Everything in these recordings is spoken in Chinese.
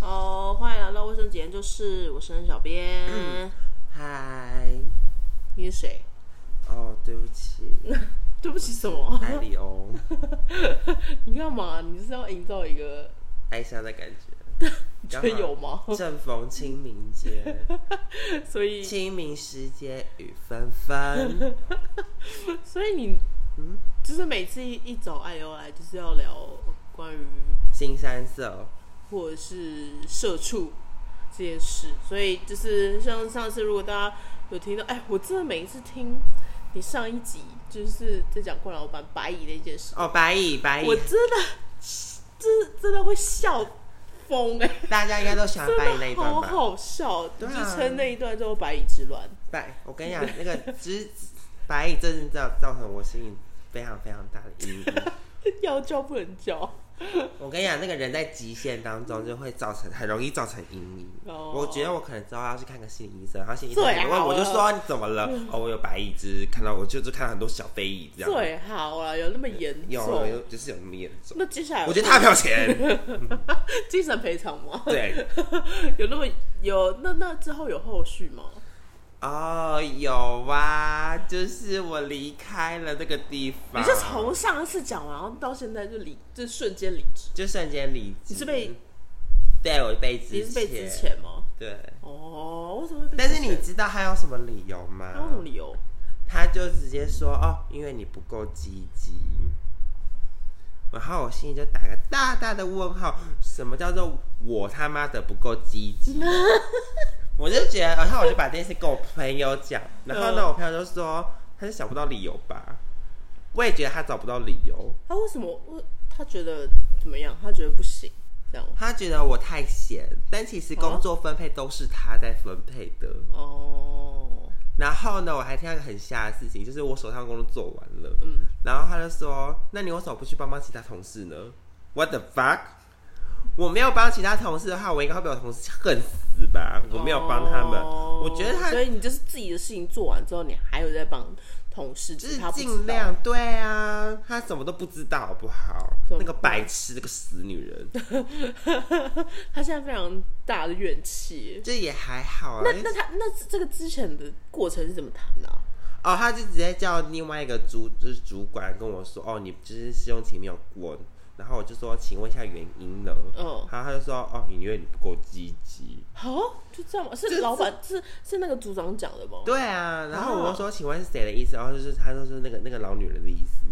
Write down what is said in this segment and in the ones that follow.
哦欢迎来到卫生间，就是我是小编，嗨，你是谁？哦，对不起，对不起，什么？艾里欧， 你干嘛？你是要营造一个哀伤的感觉，你觉得有吗？正逢清明节， 所以，清明时节雨纷纷，所以你，就是每次一一走爱游来，就是要聊关于新山色，或者是社畜这件事，所以就是像上次，如果大家有听到，哎，我真的每一次听你上一集就是在讲冠老板白蚁的一件事，哦，白蚁白蚁我，真的，真真的会笑疯哎、大家应该都喜欢真白蚁那一的段好吧？好笑，对啊就称那一段叫做“白蚁之乱白，我跟你讲，那个只白蚁真的造造成我心里非常非常大的阴影。”，要叫不能叫。我跟你讲，那个人在极限当中就会造成很容易造成阴影。哦我觉得我可能之后要去看个心理医生，然后心理医生最啊嗯好问我，我就说了你怎么了？哦，我有白蚁只看到我就是看到很多小飞蚁这样。，最啊好了，有那么严有重？有就是有那么严重。那嗯接下来我觉得他要不要钱？精神赔偿吗？ 对，有那么有那那之后有后续吗？哦，有啊，就是我离开了那个地方，你是从上一次讲完，然后到现在就离，就瞬间离职？就瞬间离职。你是被对，我被之你是被之前前吗？对，哦，为什么会被之前？但是你知道他有什么理由吗？他为什么理由？他就直接说：“哦，因为你不够积极。”然后我心里就打个大大的问号，什么叫做我他妈的不够积极？我就觉得，然后我就把这件事跟我朋友讲，然后呢，嗯我朋友就说他是想不到理由吧，我也觉得他找不到理由，他为什么？他觉得怎么样？他觉得不行，这样吗他觉得我太闲，但其实工作分配都是他在分配的。哦，然后呢，我还听到一个很瞎的事情，就是我手上的工作做完了，嗯，然后他就说：“那你为什么不去帮帮其他同事呢？”What the fuck！我没有帮其他同事的话，我应该会被我同事恨死吧？我没有帮他们，哦我觉得他所以你就是自己的事情做完之后，你还有在帮同事，就只是他不知道尽量对啊，他什么都不知道，好不好？怎么那个白痴，那个死女人， 他现在非常大的怨气。这也还好啊那。因为那他那这个之前的过程是怎么谈的啊、哦，他就直接叫另外一个主就是主管跟我说：“哦，你就是试用期没有过。”然后我就说：“请问一下原因呢？”嗯，然后他就说：“哦，因为你不够积极。”好、就这样吗？就是是老板是是那个组长讲的吗？对啊，然后啊我说：“请问是谁的意思？”然后就是他就是那个那个老女人的意思。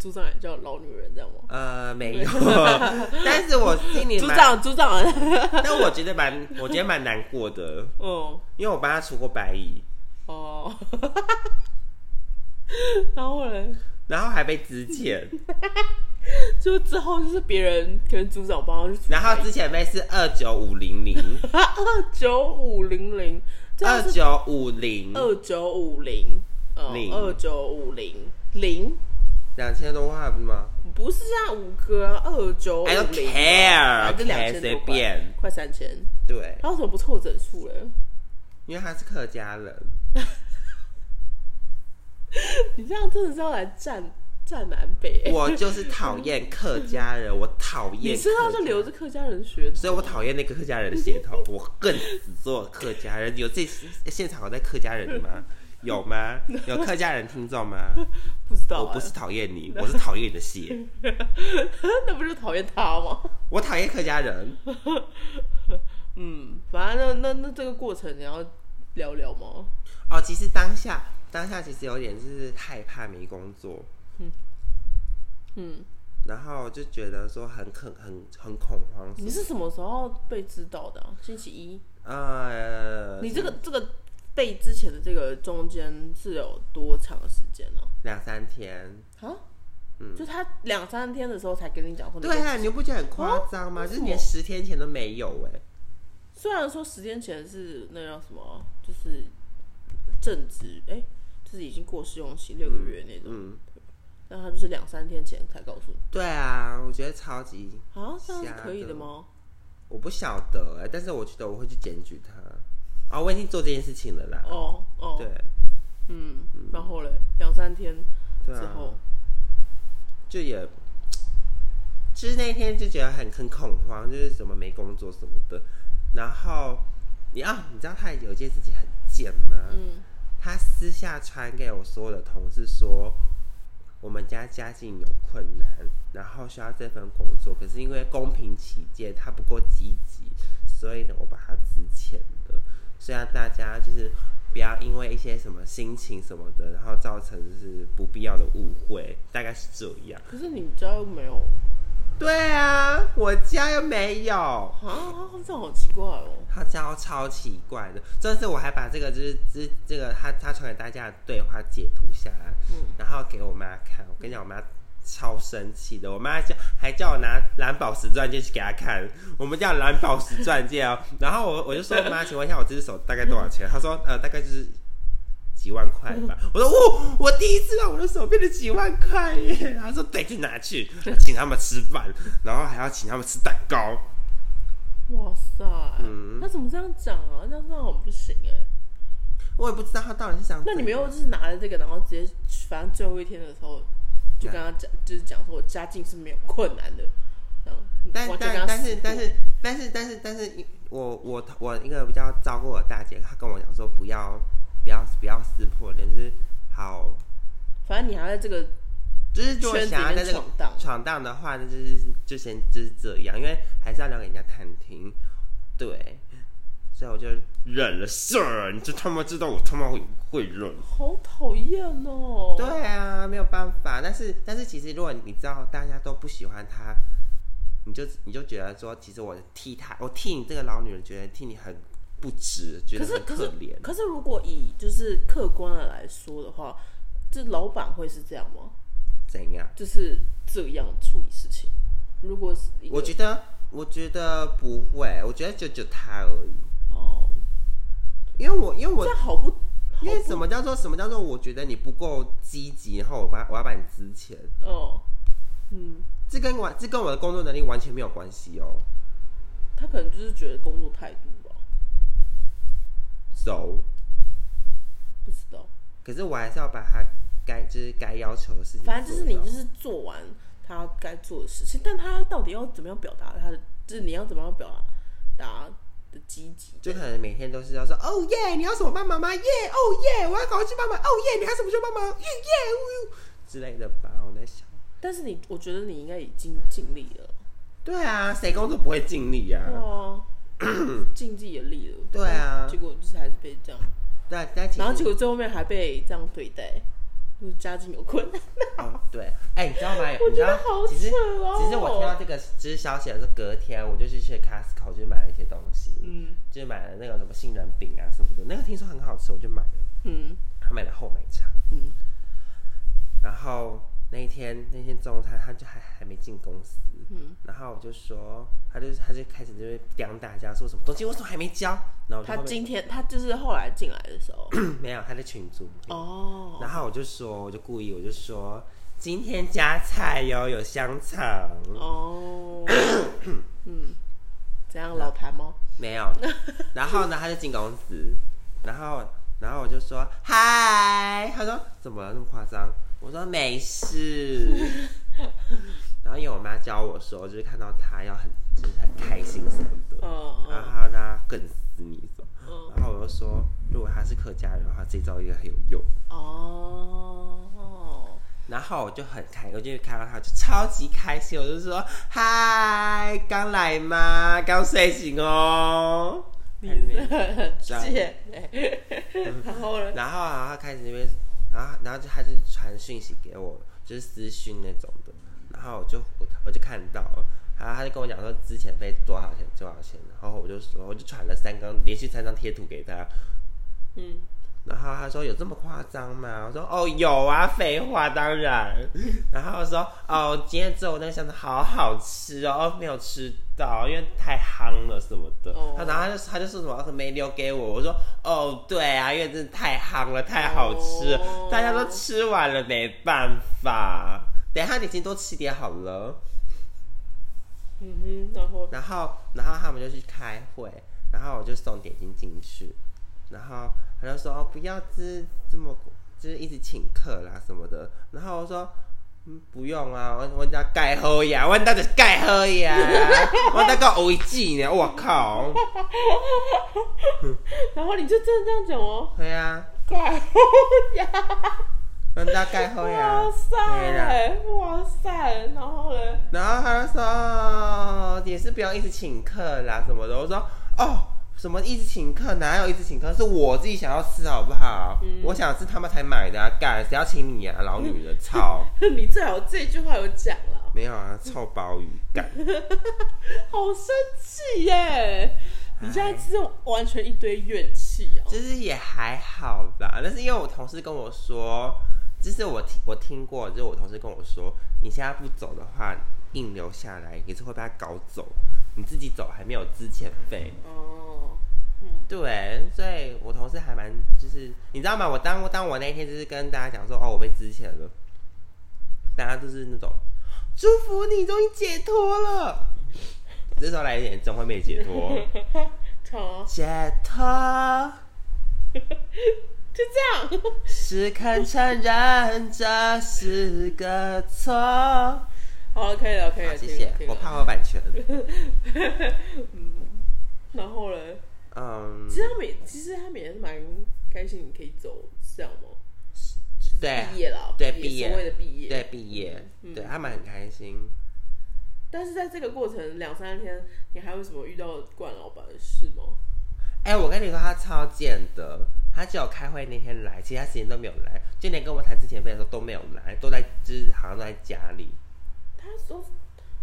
组长也叫老女人这样吗？呃，没有， 但是我心里组蛮，长，组长， 但我觉得蛮，我觉得蛮难过的，嗯，因为我帮他除过白蚁，哦， 然后呢？然后还被之前，就之后就是别人可能组长帮他去，然后之前被是二九五零零，二九五零零，这样二是九五零，二九五零，呃，零二九五零零，两千多块吗不是啊，五个二九五？I don't 零， care，反正两 OK，千随多块，便。快三千，对，他为什么不凑整数嘞？因为他是客家人，你这样真的是要来占占南北、欸？我就是讨厌客家人，我讨厌。你身上就留着客家人学的，所以我讨厌那个客家人的血 统，我恨死所有客家人。有这现场有在客家人的 吗？有吗？有客家人听众吗？不知道、我啊，不是讨厌 你，我是讨厌你的血。那不就讨厌他吗？ 我讨厌客家人，嗯，反正那那那这个过程你要聊聊吗？哦，其实当下当下其实有点就是害怕没工作，嗯，然后就觉得说很恐很很恐慌。你是什么时候被知道的啊、星期一？呃，你这个这个被之前的这个中间是有多长的时间呢、两三天，啊？就他两三天的时候才跟你讲说，对，啊，你不觉得很夸张吗？哦就是连十天前都没有哎、虽然说十天前是那叫什么，就是正值哎、就是已经过试用期六个月那种，嗯，那、他就是两三天前才告诉你对啊，我觉得超级啊，这样是吓可以的得吗？我不晓得哎、但是我觉得我会去检举他。啊，我已经做这件事情了啦。哦哦，对，嗯，然后嘞，两三天对之啊，后，就也就是那一天就觉得很很恐慌，就是什么没工作什么的。然后你啊，你知道他有一件事情很贱吗？嗯，他私下传给我所有的同事说，我们家家境有困难，然后需要这份工作，可是因为公平起见，他不够积极，所以呢，我把他支遣了。所以让大家就是不要因为一些什么心情什么的，然后造成就是不必要的误会，大概是这样。可是你家又没有对啊，我家又没有。啊，这样好奇怪哦。他教超奇怪的，这次我还把这个就是这这个他他传给大家的对话截图下来，嗯然后给我妈看。我跟你讲，我妈超生气的，我妈叫还叫我拿蓝宝石钻戒去给她看，我们叫蓝宝石钻戒哦。 然后我我就说妈，请问一下我这只手大概多少钱？她说呃大概就是几万块 吧。我说哦，我第一次让我的手变成几万块耶。 她说对，去拿去，请他们吃饭，然后还要请他们吃蛋糕。哇塞，嗯那怎么这样讲啊？这样这样很不行哎、我也不知道她到底是想那你怎没有样就是拿了这个，然后直接反正最后一天的时候就跟他讲，就是讲说我家境是没有困难的，这样但完全跟他但但撕是破但是但是但是但是，我我我一个比较照顾我的大姐，她跟我讲说不要不要不要撕破脸，就是好，反正你还在这个就是如果圈子想要里在面这个闯荡，闯荡的话，那就是就先就是这样，因为还是要留给人家探听，对，所以我就忍了，是，你就他妈知道我他妈会会忍。好讨厌哦。对啊，没有办法。但是但是，其实如果你知道大家都不喜欢他，你就你就觉得说，其实我替他，我替你这个老女人，觉得替你很不值，觉可得是很可可是怜。可是，如果以就是客观的来说的话，这老板会是这样吗？怎样？就是这样处理事情。如果是一个我觉得我觉得不会，我觉得就就他而已。哦，因为我因为这我样好不，好因为不什么叫做什么叫做我觉得你不够积极，然后我把我要把你支钱，哦，嗯，这跟我这跟我的工作能力完全没有关系哦。他可能就是觉得工作态度吧， So，不知道。可是我还是要把他该就是该要求的事情做到。反正就是你就是做完他该做的事情，但他到底要怎么样表达他的，就是你要怎么样表达达的积极？就可能每天都是要说哦耶，你要什么帮忙吗？耶哦耶，我要赶快去帮忙。哦耶，你还有什么需要帮忙？耶耶呜之类的吧。我在想，但是你，我觉得你应该已经尽力了，对啊，谁工作不会尽力啊？哇，尽自己的力了。对啊结果就是还是被这样，对，但其实然后结果最后面还被这样对待，就是家境有 困难。哦对，哎、你知道吗？ 我你知觉道得好其实扯哦其实我听到这个知识消息的时候，隔天我就去去 Costco 就买了一些东西，嗯就买了那个什么杏仁饼啊什么的，那个听说很好吃，我就买了。嗯他买了厚奶茶，嗯，然后那一天那天中午他他就还还没进公司，嗯然后我就说，他就他就开始就是刁大家说什么东西为什么还没交，然后我就他后面嗯今天他就是后来进来的时候，没有他在群组，哦，然后我就说我就故意我就说今天加菜哟有香肠，哦，嗯，怎样老谭吗？没有， 然后呢他就进公司，然后然后我就说嗨，他说怎么了那么夸张，我说没事。 然后因为我妈教我说，就是看到他要很就是很开心什么的，嗯然后嗯他让他更死你什么。嗯，然后我就说，如果他是客家人的话，这招应该很有用。哦，然后我就很开，我就看到他就超级开心，我就说：“嗨，刚来吗？刚睡醒哦。”很张贱欸然后呢？然后啊，他开始那边，然后然后就他就传讯息给我，就是私讯那种的。然后我就我我就看到了，然后他就跟我讲说之前费多少钱多少钱，然后我就说我就传了三张连续三张贴图给他，嗯，然后他说有这么夸张吗？我说哦有啊，废话当然。然后说哦今天中午那个香肠好好吃哦，哦没有吃到，因为太夯了什么的。哦他然后他就他就说什么哦没留给我，我说哦对啊，因为真的太夯了，太好吃了，哦大家都吃完了，没办法。等一下你先多吃点好了。嗯哼，然后然后然后他们就去开会，然后我就送点心进去，然后他就说、哦、不要这这么就是一直请客啦什么的，然后我说嗯，不用啊，我我那盖好呀，我那就是盖好呀，我那个危机呢，我靠，然后你就真的这样讲哦，对啊，快呀！我那盖好呀，哇对啦。塞，哇塞，然后呢？然后他就说也是不用一直请客啦什么的，我说哦。什么一直请客？哪有一直请客？是我自己想要吃，好不好？我想吃，他们才买的啊！干，谁要请你啊？老女人，操！你最好这句话有讲了，没有啊，臭鲍鱼，干！好生气耶！你现在这种完全一堆怨气哦。就是也还好啦，但是因为我同事跟我说，就是我听我听过，就是我同事跟我说，你现在不走的话，硬留下来也是会被他搞走，你自己走还没有资遣费。哦，对，所以我同事还蛮就是，你知道吗？我当当我那天就是跟大家讲说，哦，我被支遣了，大家就是那种祝福你终于解脱了。这时候来一点钟惠妹解脱，好，解脱就这样。 是肯承认这是个错。好，好了，可以了，可以了，谢可以了谢可以，了我怕我版权。然后呢？嗯， 其实他们也，其实他们也是蛮开心，你可以走，是这样吗？对毕业了，对毕业所谓的毕业，对，毕业，对他们很开心。但是在这个过程两三天，你还有什么遇到冠老板的事吗？哎、我跟你说，他超贱的，他只有开会那天来，其他时间都没有来，就连跟我谈之前费的时候都没有来，都在就是好像都在家里，他说，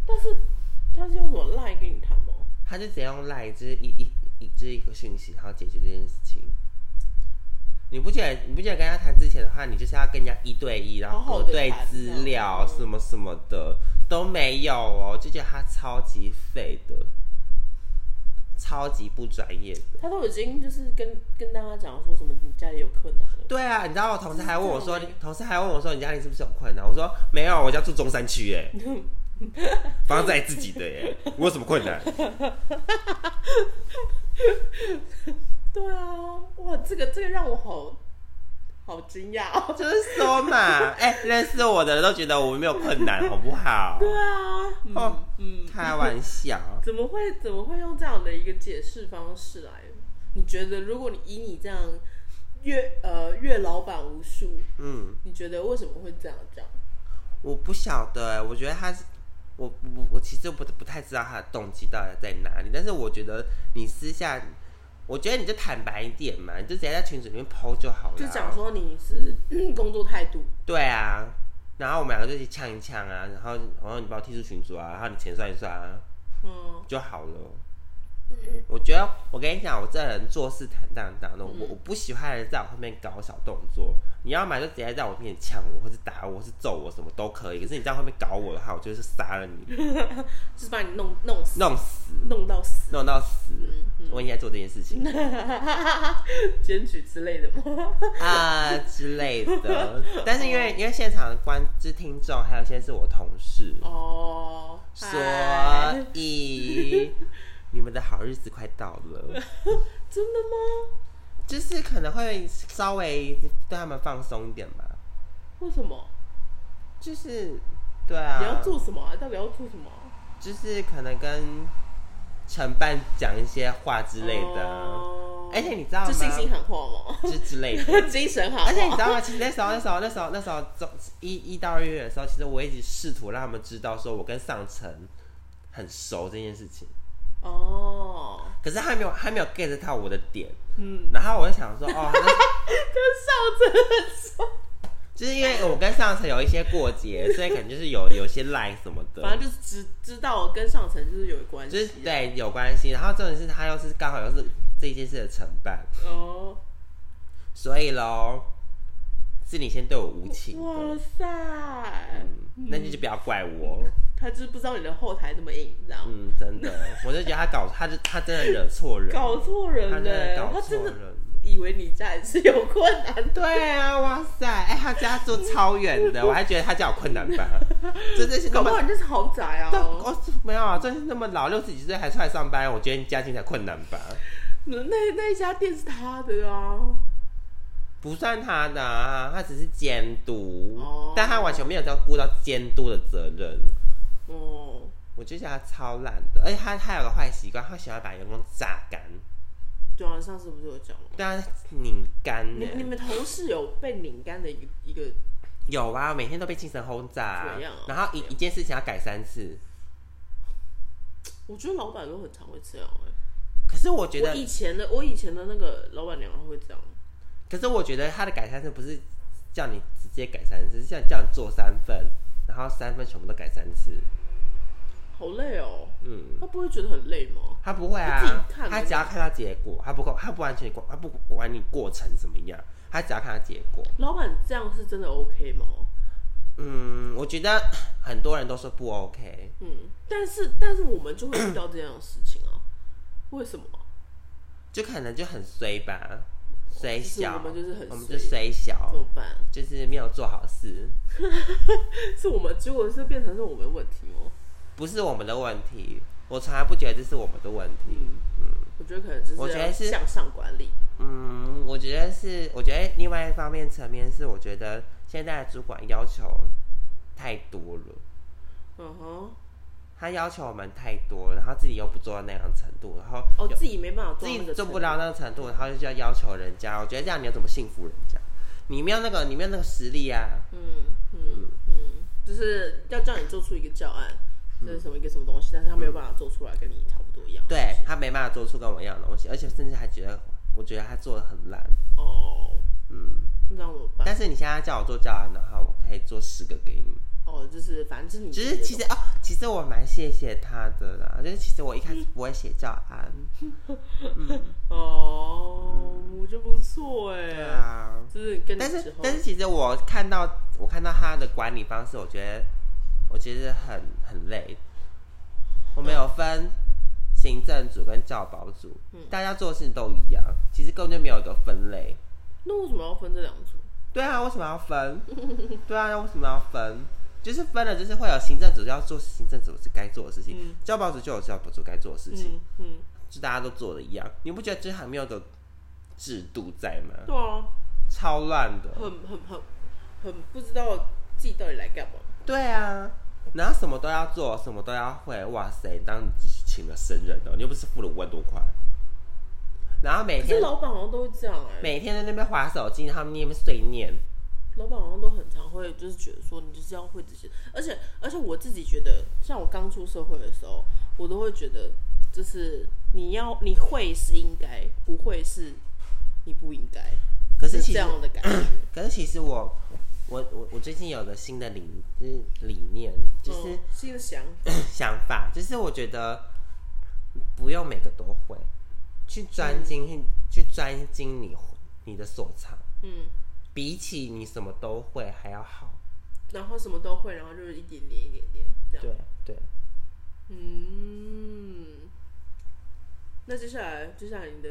但是他是用什么赖跟你谈吗？他就直接用赖就是一一一就是一个讯息，然后解决这件事情。你不觉得你不觉得跟他谈之前的话，你就是要跟人家一对一，然好好后地核对谈资这样料嗯什么什么的都没有哦，就觉得他超级废的，超级不专业的。他都已经就是跟跟大家讲说什么你家里有困难了，对啊，你知道我同事还问我说是这样欸，同事还问我说，你家里是不是有困难？我说没有，啊我家住中山区 耶，房子还自己的耶，我有什么困难？对啊，哇，这个这个让我好好惊讶 哦。就是说嘛， 哎、认识我的人都觉得我没有困难，好不好？对啊，嗯哦嗯，开玩笑，怎么会怎么会用这样的一个解释方式来？你觉得如果你以你这样阅呃阅老板无数，嗯，你觉得为什么会这样讲？我不晓得耶，我觉得他是。我我我其实不不太知道他的动机到底在哪里，但是我觉得你私下，我觉得你就坦白一点嘛，你就直接在群组里面剖就好了啊。就讲说你是 工作态度，对啊，然后我们两个就去呛一呛啊，然后然后你把我踢出群组啊，然后你钱算一算啊，嗯，就好了。我觉得，我跟你讲，我这人做事坦荡荡的，我我不喜欢人在我后面搞小动作。你要嘛就直接在我面前呛我，或是打我，或是揍我，什么都可以。可是你在后面搞我的话，我就是杀了你，就是把你弄弄死，弄死，弄到死，弄到死。我应该做这件事情检举之类的吗？啊之类的。但是因为因为现场的观之听众，还有一些是我同事， 哦，哎所嗨以你们的好日子快到了，真的吗？ 就是可能会稍微对他们放松一点吧。为什么？就是对啊，你要做什么啊？到底要做什么啊？就是可能跟承办讲一些话之类的，哦而且你知道吗就信心喊话嘛，之之类 的。 精神喊话。而且你知道吗？其实那时候、那时候、那时候、那时候中一一到二月的时候，其实我一直试图让他们知道，说我跟上层很熟这件事情。哦，可是还没有还没有 get 到我的点，嗯，然后我就想说，哦，那跟上真的说，就是因为我跟上层有一些过节，所以可能就是有有些赖什么的，反正就是知知道跟上层就是有关就是系。啊对有关系。然后重点是他又是刚好又是这件事的承办，哦，所以喽，是你先对我无情哇的，嗯塞，那你就不要怪我。他就是不知道你的后台这么硬，你知道吗？嗯，真的，我就觉得他搞，他就他真的惹错人，搞错人他真了的搞他错真的人。以为你家也是有困难的。对啊，哇塞！哎、他家住超远的，我还觉得他家有困难 吧？就这些那 搞不么好人家是豪宅啊！但我、没有啊，最近那么老，六十几岁还出来上班，我觉得你家庭才困难吧？那那一家店是他的啊，不算他的、啊，他只是监督，哦但他完全没有照顾到监督的责任。哦，我就觉得他超懒的，而且他他有个坏习惯，他喜欢把员工榨干，对啊，上次不是有讲吗？对啊，拧干呢你。你们同事有被拧干的一一个有啊，每天都被精神轰炸怎样啊，然后一一件事情要改三次。我觉得老板都很常会这样哎、可是我觉我得，以前的我以前的那个老板娘她会这样，可是我觉得他的改三次不是叫你直接改三次，是叫叫你做三份，然后三份全部都改三次。好累哦。嗯，她不会觉得很累吗？他不会他自己啊，看他只要看到结果，他不够，他不完全管，他不管你过程怎么样，他只要看到结果。老板这样是真的 OK 吗？嗯，我觉得很多人都说不 OK，嗯，但是但是我们就会遇到这样的事情啊，为什么啊？就可能就很衰吧，衰小，就是我们就是很我们衰就衰小怎，么办？ 就是没有做好事，是我们结果是变成是我们的问题吗？不是我们的问题。我从来不觉得这是我们的问题。嗯我觉得可能就是我觉得要是向上管理，嗯，我觉得是，我觉得另外一方面层面是，我觉得现在的主管要求太多了，嗯哼，他要求我们太多，然后自己又不做到那样程度，然后哦，有自己没办法自做己那个做不程度到那个程度，然后就要要求人家，我觉得这样你要怎么信服人家？你没有那个，你没有那个实力啊。嗯嗯嗯，就是要叫你做出一个教案，这是什么一个什么东西，但是他没有办法做出来跟你差不多一样。嗯对他没办法做出跟我一样的东西，而且甚至还觉得，我觉得他做的很烂。哦，嗯，那这样怎么办？但是你现在叫我做教案的话，我可以做十个给你。哦，就是反正就是你自只己是的东其实哦，其实我蛮谢谢他的啦。就是其实我一开始不会写教案，西哦，我觉得不错嗯对哎，啊。就是跟你但之是后但是其实我看到我看到他的管理方式，我觉得我觉得很很累。我们有分行政组跟教保组，大家做事情都一样，其实根本就没有一个分类。那为什么要分这两组？对啊，为什么要分？对啊，为什么要分？就是分了，就是会有行政组要做行政组是该做的事情，教保组就有教保组该做的事情，嗯嗯，就大家都做的一样。你不觉得这还没有一个制度在吗？对啊，超乱的。很很很很不知道自己到底来干嘛。对啊，然后什么都要做，什么都要会。哇塞，当你请了神人哦，你又不是付了五万多块，然后每可是天老板好像都会这样哎、每天在那边划手机，他们那边碎念。老板好像都很常会，就是觉得说你就是要会这些，而且而且我自己觉得，像我刚出社会的时候，我都会觉得，就是你要你会是应该，不会是你不应该，可是是其这实，样的感觉。可是其实我我我我最近有个新的理就是理念，就是、嗯新的想法，想法，就是我觉得不用每个都会，去专精、去去专精你你的所长，嗯，比起你什么都会还要好。然后什么都会，然后就是一点点一点点这样。对对，嗯，那接下来接下来你的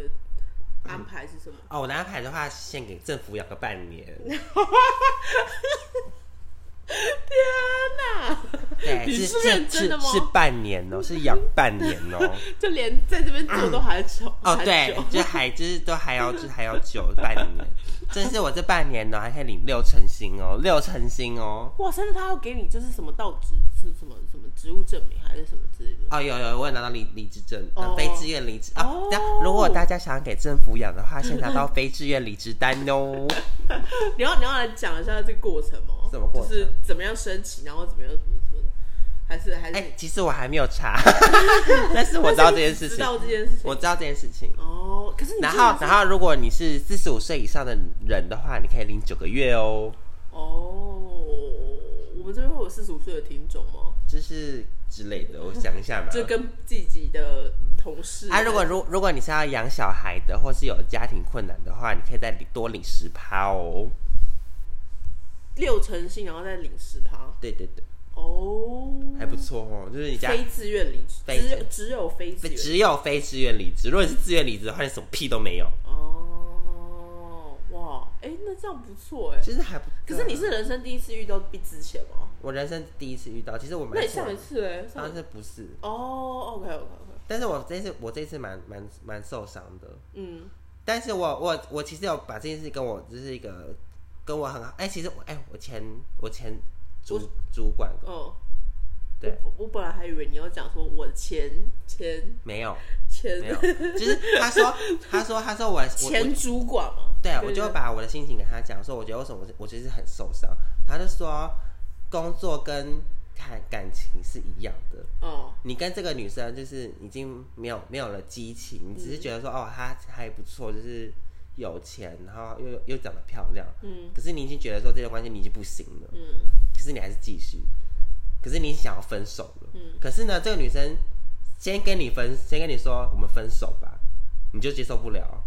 安排是什么？哦，我拿牌的话献给政府养个半年， 天哪！对，你是是认真的吗是是半年哦，是养半年 哦。就连在这边做都还久，哦，还对久，就还就是都还要就是还要久半年，真是我这半年呢还可以领六成薪哦，六成薪哦。哇，甚至他要给你就是什么到职是什么什么职务证明还是什么之类的。哦，有有，我有拿到离离职证，哦呃非自愿离职啊哦。那、如果大家想给政府养的话，先拿到非自愿离职单哦。 你要你要来讲一下这个过程吗？什么过程就是怎么样申请，然后怎么样什么什么的，还是还是、哎、其实我还没有查，但是我知道这件事知情，道这件事情我知道这件事情。哦。可是你然后，然后后，如果你是四十五岁以上的人的话，你可以领九个月哦，哦，我们这边会有四十五岁的听众吗？就是之类的。我想一下嘛。就跟自己的同事啊，如果如如果你是要养小孩的，或是有家庭困难的话，你可以再领多领十趴哦。六成薪，然后再领十趴对对对，哦，还不错哦，就是你家非自愿离职，非只有只有非自愿只有非自愿离职，如果你是自愿离职的话，你什么屁都没有，哦，哇，哎、那这样不错哎、其实还不。啊可是你是人生第一次遇到壁纸钱吗？我人生第一次遇到，其实我蛮那你错上一的次哎、上一上次次不是，哦，OK OK OK，但是我这次我这次蛮蛮蛮受伤的，嗯，但是我我我其实有把这件事跟我就是一个跟我很好，哎、其实我哎、我前我前主主管哦，对我，我本来还以为你要讲说我前前没有前没有，就是他说他说他说我我前主管嘛，对，啊我就把我的心情跟他讲，说我觉得为什么我我其实很受伤。他就说，工作跟感感情是一样的，哦，你跟这个女生就是已经没有没有了激情，你只是觉得说、哦，她还不错，就是有钱，然后又又长得漂亮，嗯可是你已经觉得说这段关系你已经不行了，嗯可是你还是继续，可是你想要分手了，嗯可是呢，这个女生先跟你分，先跟你说我们分手吧，你就接受不了。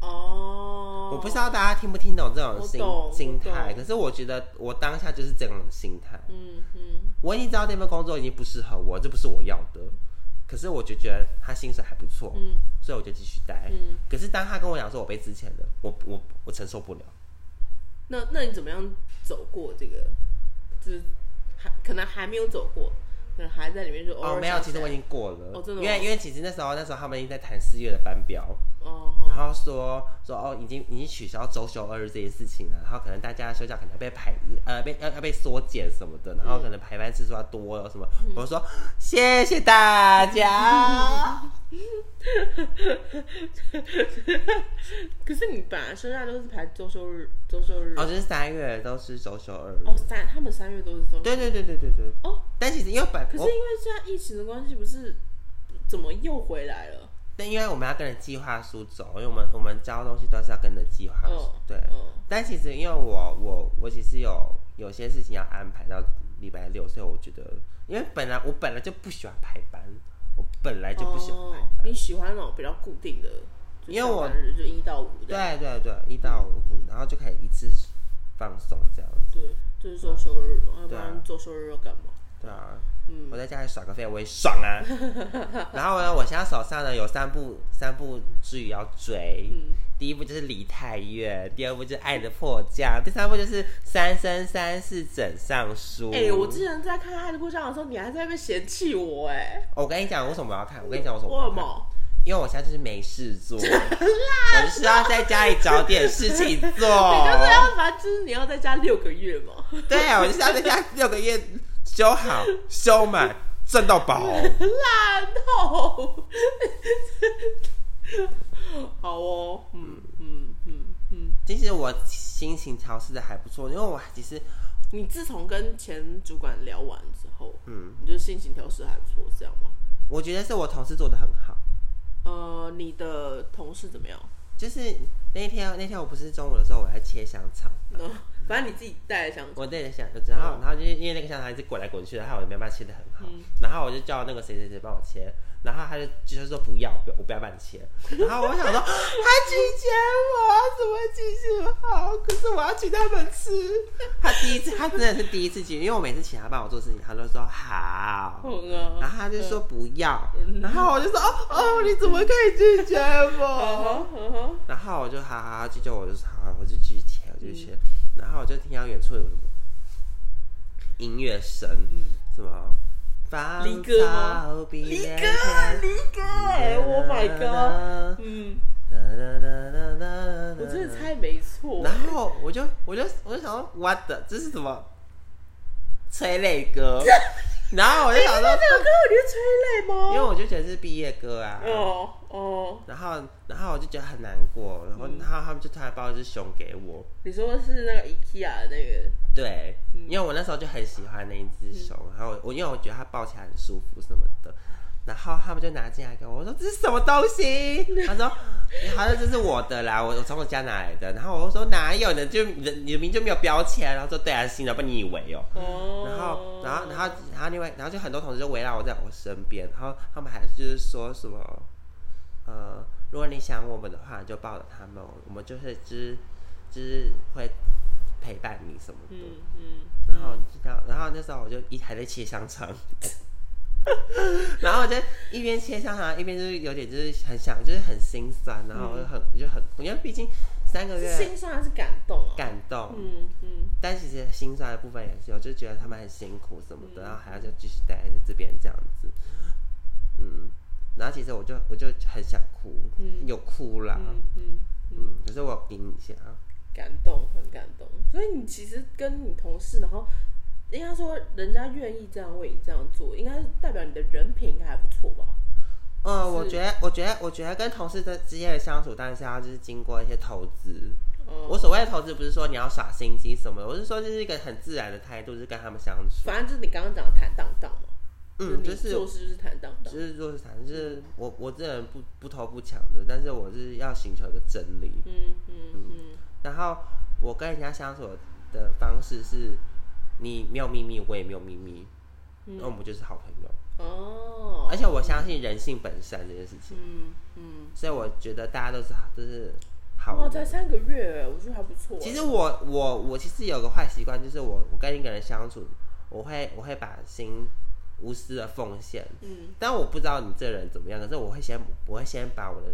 哦，我不知道大家听不听懂这种我心懂心我懂态，可是我觉得我当下就是这种心态。嗯嗯我已经知道这份工作已经不适合我，这不是我要的，可是我就觉得他薪水还不错，嗯所以我就继续待。嗯，可是当他跟我讲说我被之前的，我我我承受不了。那那你怎么样走过这个？就是还可能还没有走过，可能还在里面就偶哦，尔没有，想其实起我已来经过了，哦真的吗因为因为其实那时候那时候他们已经在谈四月的班表，哦然后说说哦，已经已经取消周休二日这件事情了，然后可能大家休假可能被排呃被要要被缩减什么的，然后可能排班次数要多了什么。嗯我说谢谢 大家，可是你本来休假都是排周休日，周休日哦，就是三月都是周休二哦日，三，他们三月都是周休。对对对对对对。哦，但其实因为本可是因我为现在疫情的关系，不是怎么又回来了？但因为我们要跟着计划书走，因为我们我们交东西都是要跟着计划书哦，，对。哦，但其实因为我我我其实有有些事情要安排到礼拜六，所以我觉得，因为本来我本来就不喜欢排班，我本来就不喜欢排哦班。你喜欢那种比较固定的，就因为我上班日就一到五这样对对对，一到五，嗯然后就可以一次放松这样子。对，就是周休日嘛，要不对啊然周休日要干嘛？对啊，嗯我在家里耍个废我也爽啊。 然后呢，我现在手上呢有三部三部剧要追。嗯，第一部就是《梨泰院》，第二部就是《爱的迫降》，第三部就是《三生三世枕上书》。哎、我之前在看《爱的迫降》的时候，你还在那边嫌弃我哎、哦我跟你讲，为什么我要看？我跟你讲，为什么我我要有看？毛，因为我现在就是没 事做，我就是要在家里找点事情 做你。就是要把，就是你要在家六个月嘛，对，啊我就是要在家六个月 修好、修满、赚到饱。烂透。好哦，嗯嗯嗯嗯，其实我心情调试的还不错，因为我其实你自从跟前主管聊完之后，嗯，你就心情调试还不错，是这样吗？我觉得是我同事做的很好。呃，你的同事怎么样？就是那天那天我不是中午的时候我在切香肠，嗯，反正你自己带的香肠，我对着香，然后然后就是因为那个香肠一直滚来滚去的，然后我没办法切的很好，然后我就叫那个谁谁谁帮我切，然后他就就是说不要，我不要帮你切，然后我想说他拒绝我，怎么拒绝我好？可是我要请他们吃。他第一次，他真的是第一次拒绝，因为我每次请他帮我做事情，他都说好，嗯啊然后他就说不要，然后我就说哦哦，你怎么可以拒绝嗯我？哼嗯哼然后我就哈哈哈，就叫我就好好，我就继续切，我就切。然后我就听到远处有什么音乐声，什么放离歌吗草比离恋歌人离歌哎，Oh my god！嗯，哒哒哒哒哒哒我真的猜没错。然后我就我就我就想说，what the，这是什么催泪歌？然后哎我就想说，这首歌你会催泪因为吗？我就觉得是毕业歌啊。哦哦，然后，然后我就觉得很难过，然后，然后他们就突然抱一只熊给我，你说是那个 IKEA 的那个，对，因为我那时候就很喜欢那一只熊，然后我我因为我觉得它抱起来很舒服什么的，然后他们就拿进来给我，我说这是什么东西？他说好像这是我的啦，我我从我家拿来的。然后我就说哪有呢？就你的你的名就没有标签。然后说对啊，新的，不然你以为哦、哦，然后，然后，然后，然后另外，然后就很多同事就围绕我在我身边，然后他们还就是说什么，呃，如果你想我们的话，你就抱着他们，我们就是只就是会陪伴你什么的。嗯嗯，然后就这样，然后那时候我就一还在切香肠， 然后我就一边切香肠一边就是有点就是很想就是很心酸，然后我就很、就很，因为毕竟三个嗯是月心酸还是感动啊？感动，嗯嗯但其实心酸的部分也是有，就觉得他们很辛苦什么的，然后还要就继续待在这边这样子，嗯，然后其实我就我就很想哭，有哭啦，嗯嗯，嗯，可是我有冰一下，感动，很感动。所以你其实跟你同事，然后应该说人家愿意这样为你这样做，应该是代表你的人品应该还不错吧？嗯，我觉得我觉得我觉得跟同事的之间的相处，当然是要就是经过一些投资。嗯，我所谓的投资不是说你要耍心机什么的，我是说这是一个很自然的态度，就是跟他们相处。反正就是你刚刚讲的坦荡荡嘛，嗯，就你是做事就是坦荡荡就。是弱势产，就是我我这人不不偷不抢的，但是我是要寻求一个真理。嗯嗯嗯，然后我跟人家相处的方式是，你没有秘密，我也没有秘密，那我们就是好朋友。嗯哦而，且我相信人性本善这件事情，嗯嗯，所以我觉得大家都是好，都是哇，好才人。三个月，我觉得还不错。其实我我我其实有个坏习惯，就是我我跟一个人相处，我会我会把心无私的奉献，嗯，但我不知道你这人怎么样，可是我会先我会先把我的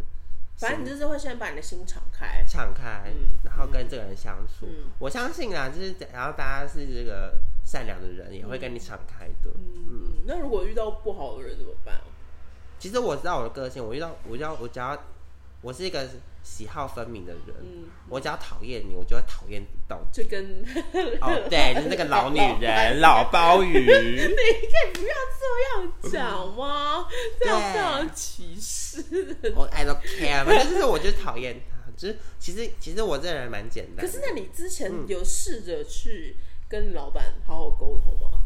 反正你就是会先把你的心敞开。敞开，嗯然后跟这个人相处。嗯我相信啊，就是然后大家是这个善良的人，也会跟你敞开的。嗯，那如果遇到不好的人怎么办？其实我知道我的个性，我遇到我遇到我只要我是一个喜好分明的人，嗯我只要讨厌你，我就会讨厌你到底。就跟哦，对，就是那个老女 人，老老鲍 鱼。不要这样讲吗？这样非常歧视。我 I don't care，反正就是我就讨厌他。就是其实其实我这个人蛮简单可的，是，那你之前有试着去跟老板好好沟通吗？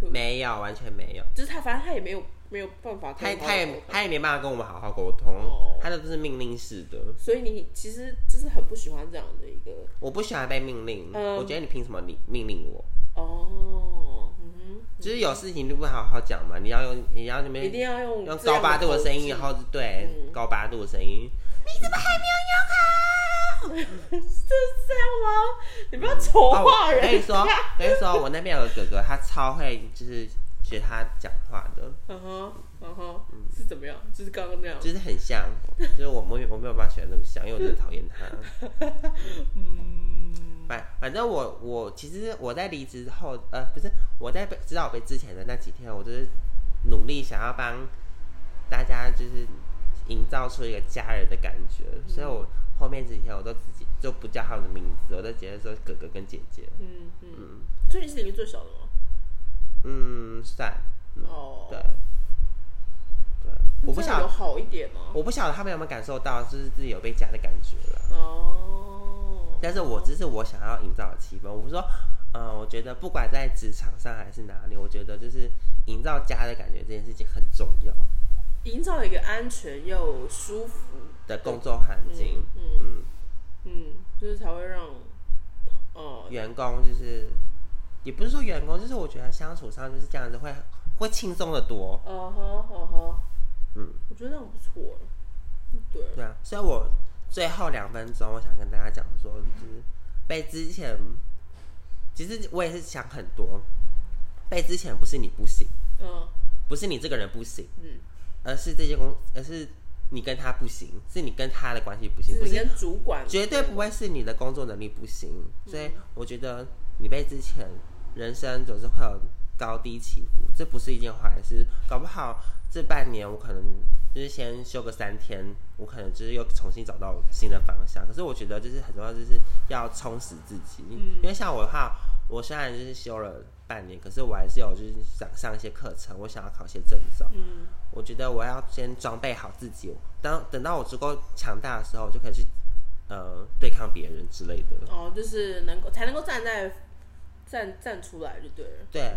没有完全没有。就是他，反正他也没有没有办法跟他你好好他沟也通他也没办法跟我们好好沟通哦，他都不是命令式的。所以你其实就是很不喜欢这样的一个我不喜欢被命令，嗯我觉得你凭什么你命令我？哦，嗯就是有事情你不好好讲嘛，你要用你要那哼，一边定要用用这样高八度的声音，口然气后对、嗯高八度的声音，是这样吗？你不要丑哦化我人。跟你说，跟你说，我那边有个哥哥，他超会就是学他讲话的，嗯哼，嗯哼，是怎么样？就是刚刚那样。就是很像，就是我没有我没有办法学的那么像，因为我真的讨厌他。 嗯反反正我我其实我在离职后，呃，不是我在被知道我被之前的那几天，我就是努力想要帮大家就是营造出一个家人的感觉，嗯所以我后面几天我都自己就不叫他们的名字，我都直接说哥哥跟姐姐，嗯嗯，嗯所以你是里面最小的吗？嗯，算，嗯哦，对，对，我不这样有晓好一点吗？我不晓得他们有没有感受到，就是自己有被家的感觉了。哦，但是我只是我想要营造的气氛。我不是说，嗯、我觉得不管在职场上还是哪里，我觉得就是营造家的感觉这件事情很重要营造一个安全又舒服的工作环境。嗯嗯，嗯，就是才会让哦，员工就是也不是说员工，就是我觉得相处上就是这样子会会轻松的多。哦哈哦哈，嗯，我觉得那样不错。对，对啊，所以我最后两分钟我想跟大家讲说，就是被之前，其实我也是想很多，被之前不是你不行，嗯不是你这个人不行。嗯，而是这些公，而是你跟他不行，是你跟他的关系不行，就不是你是跟主管绝对不会是你的工作能力不行。嗯所以我觉得你被之前人生总是会有高低起伏，这不是一件坏事。搞不好这半年我可能就是先休个三天，我可能就是又重新找到新的方向。可是我觉得就是很重要，就是要充实自己，嗯因为像我的话。我虽然就是休了半年，可是我还是有就是想上一些课程，我想要考一些证照。嗯我觉得我要先装备好自己，当等到我足够强大的时候，我就可以去呃对抗别人之类的。哦，就是能够才能够站在站站出来就对了。嗯对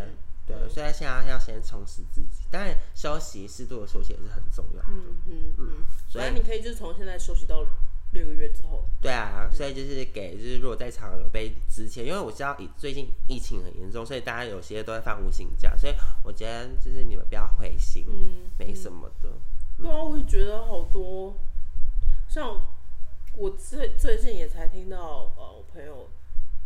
对，所以现在要先充实自己，当然休息适度的休息也是很重要。嗯嗯嗯，所以反正你可以就是从现在休息到六个月之后。对啊，所以就是给就是如果在场有被之前，因为我知道疫最近疫情很严重，所以大家有些都会放无薪假，所以我觉得就是你们不要灰心，嗯，没什么的。对啊，我也觉得好多，像我最最近也才听到，呃，我朋友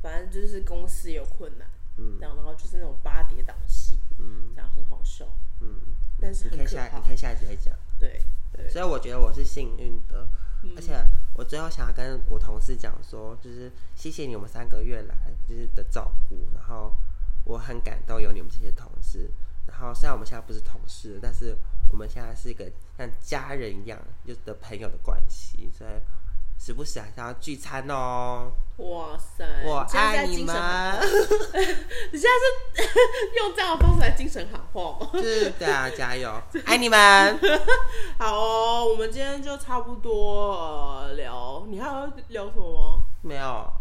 反正就是公司有困难，嗯，这样，然后就是那种八点档戏，嗯，这样很好笑，嗯，但是你可很以可下你怕，可以下一集再讲。对对，所以我觉得我是幸运的，而且我最后想要跟我同事讲说，就是谢谢你们三个月来就是的照顾，然后我很感动有你们这些同事，然后虽然我们现在不是同事，但是我们现在是一个像家人一样就的朋友的关系，所以时不时还是要聚餐哦。哇塞，我现在爱在你精神喊们话。，你现在是用这样的方式来精神喊话吗？ 是啊的，加油，爱你们。好哦，我们今天就差不多呃聊，你还要聊什么吗？没有，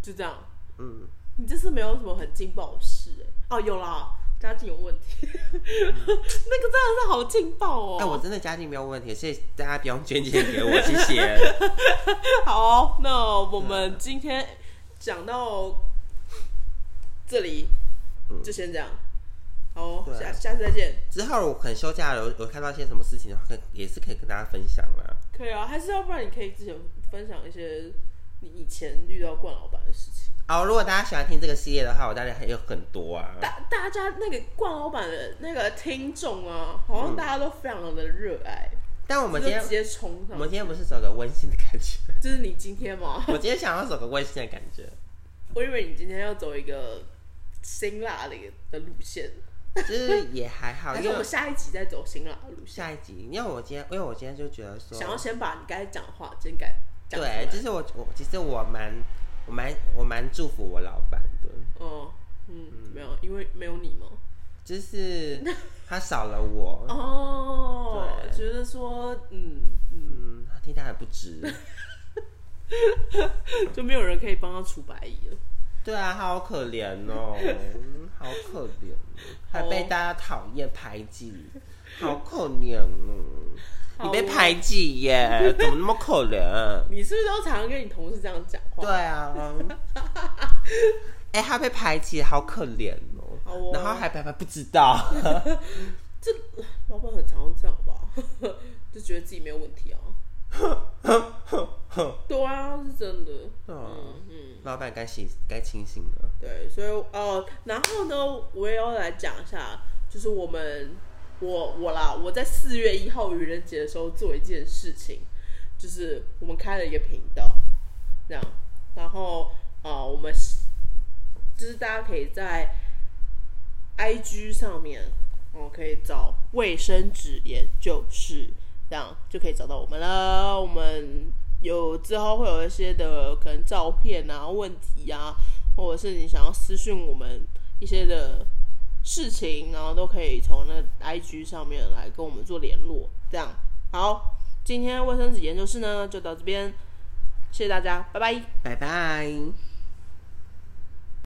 就这样，嗯，你这次没有什么很劲爆的事哎、哦，有啦，家境有问题， 那个真的是好劲爆哦。但嗯我真的家境没有问题，所以大家不用捐钱给我，谢谢。好哦、那我们今天讲到这里，嗯就先这样。好哦、对下啊下次再见。之后我可能休假了，我我看到一些什么事情的话，可也是可以跟大家分享啦。可以啊，还是要不然你可以之前分享一些你以前遇到冠老板的事情。哦，如果大家喜欢听这个系列的话，我当然还有很多啊。大大家那个冠老板的那个听众啊，好像大家都非常的热爱，但嗯我们就今天直，接冲我上。们今天不是走个温馨的感觉， 就是你今天吗？我今天想要走个温馨的感觉，我以为你今天要走一个辛辣的一个的路线，就是也还好，还啊因是为我们下一集再走辛辣的路线？下一集，因为我今天，因为我今天就觉得说，想要先把你刚才讲的话先改，讲出来啊对，就是我我其实我蛮我蛮我蛮祝福我老板的，嗯嗯，没有，因为没有你嘛。就是 他少了我，哦，嗯对觉得说嗯嗯，嗯，他替他还不值。就没有人可以帮他除白蚁了。对啊，他好可怜哦，好可怜哦，还被大家讨厌排挤，好可怜哦。好你被排挤耶，怎么那么可怜？你是不是都常常跟你同事这样讲话？对啊， 哎、他被排挤，好可怜哦。好哦然后还白白不知道，这老板很常这样吧， 就觉得自己没有问 题啊。对啊，是真的。嗯嗯嗯，老板该醒，该清醒了。对，所以哦，然后呢，我也要来讲一下，就是我们我我啦，我在四月一号愚人节的时候做一件事情，就是我们开了一个频道，这样，然后啊、呃我们就是大家可以在 IG 上面，哦，可以找卫生纸研究室，这样就可以找到我们了。我们有之后会有一些的可能照片啊、问题啊，或者是你想要私讯我们一些的事情，然后都可以从那 IG 上面来跟我们做联络。这样好，今天卫生纸研究室呢就到这边，谢谢大家，拜拜。拜拜。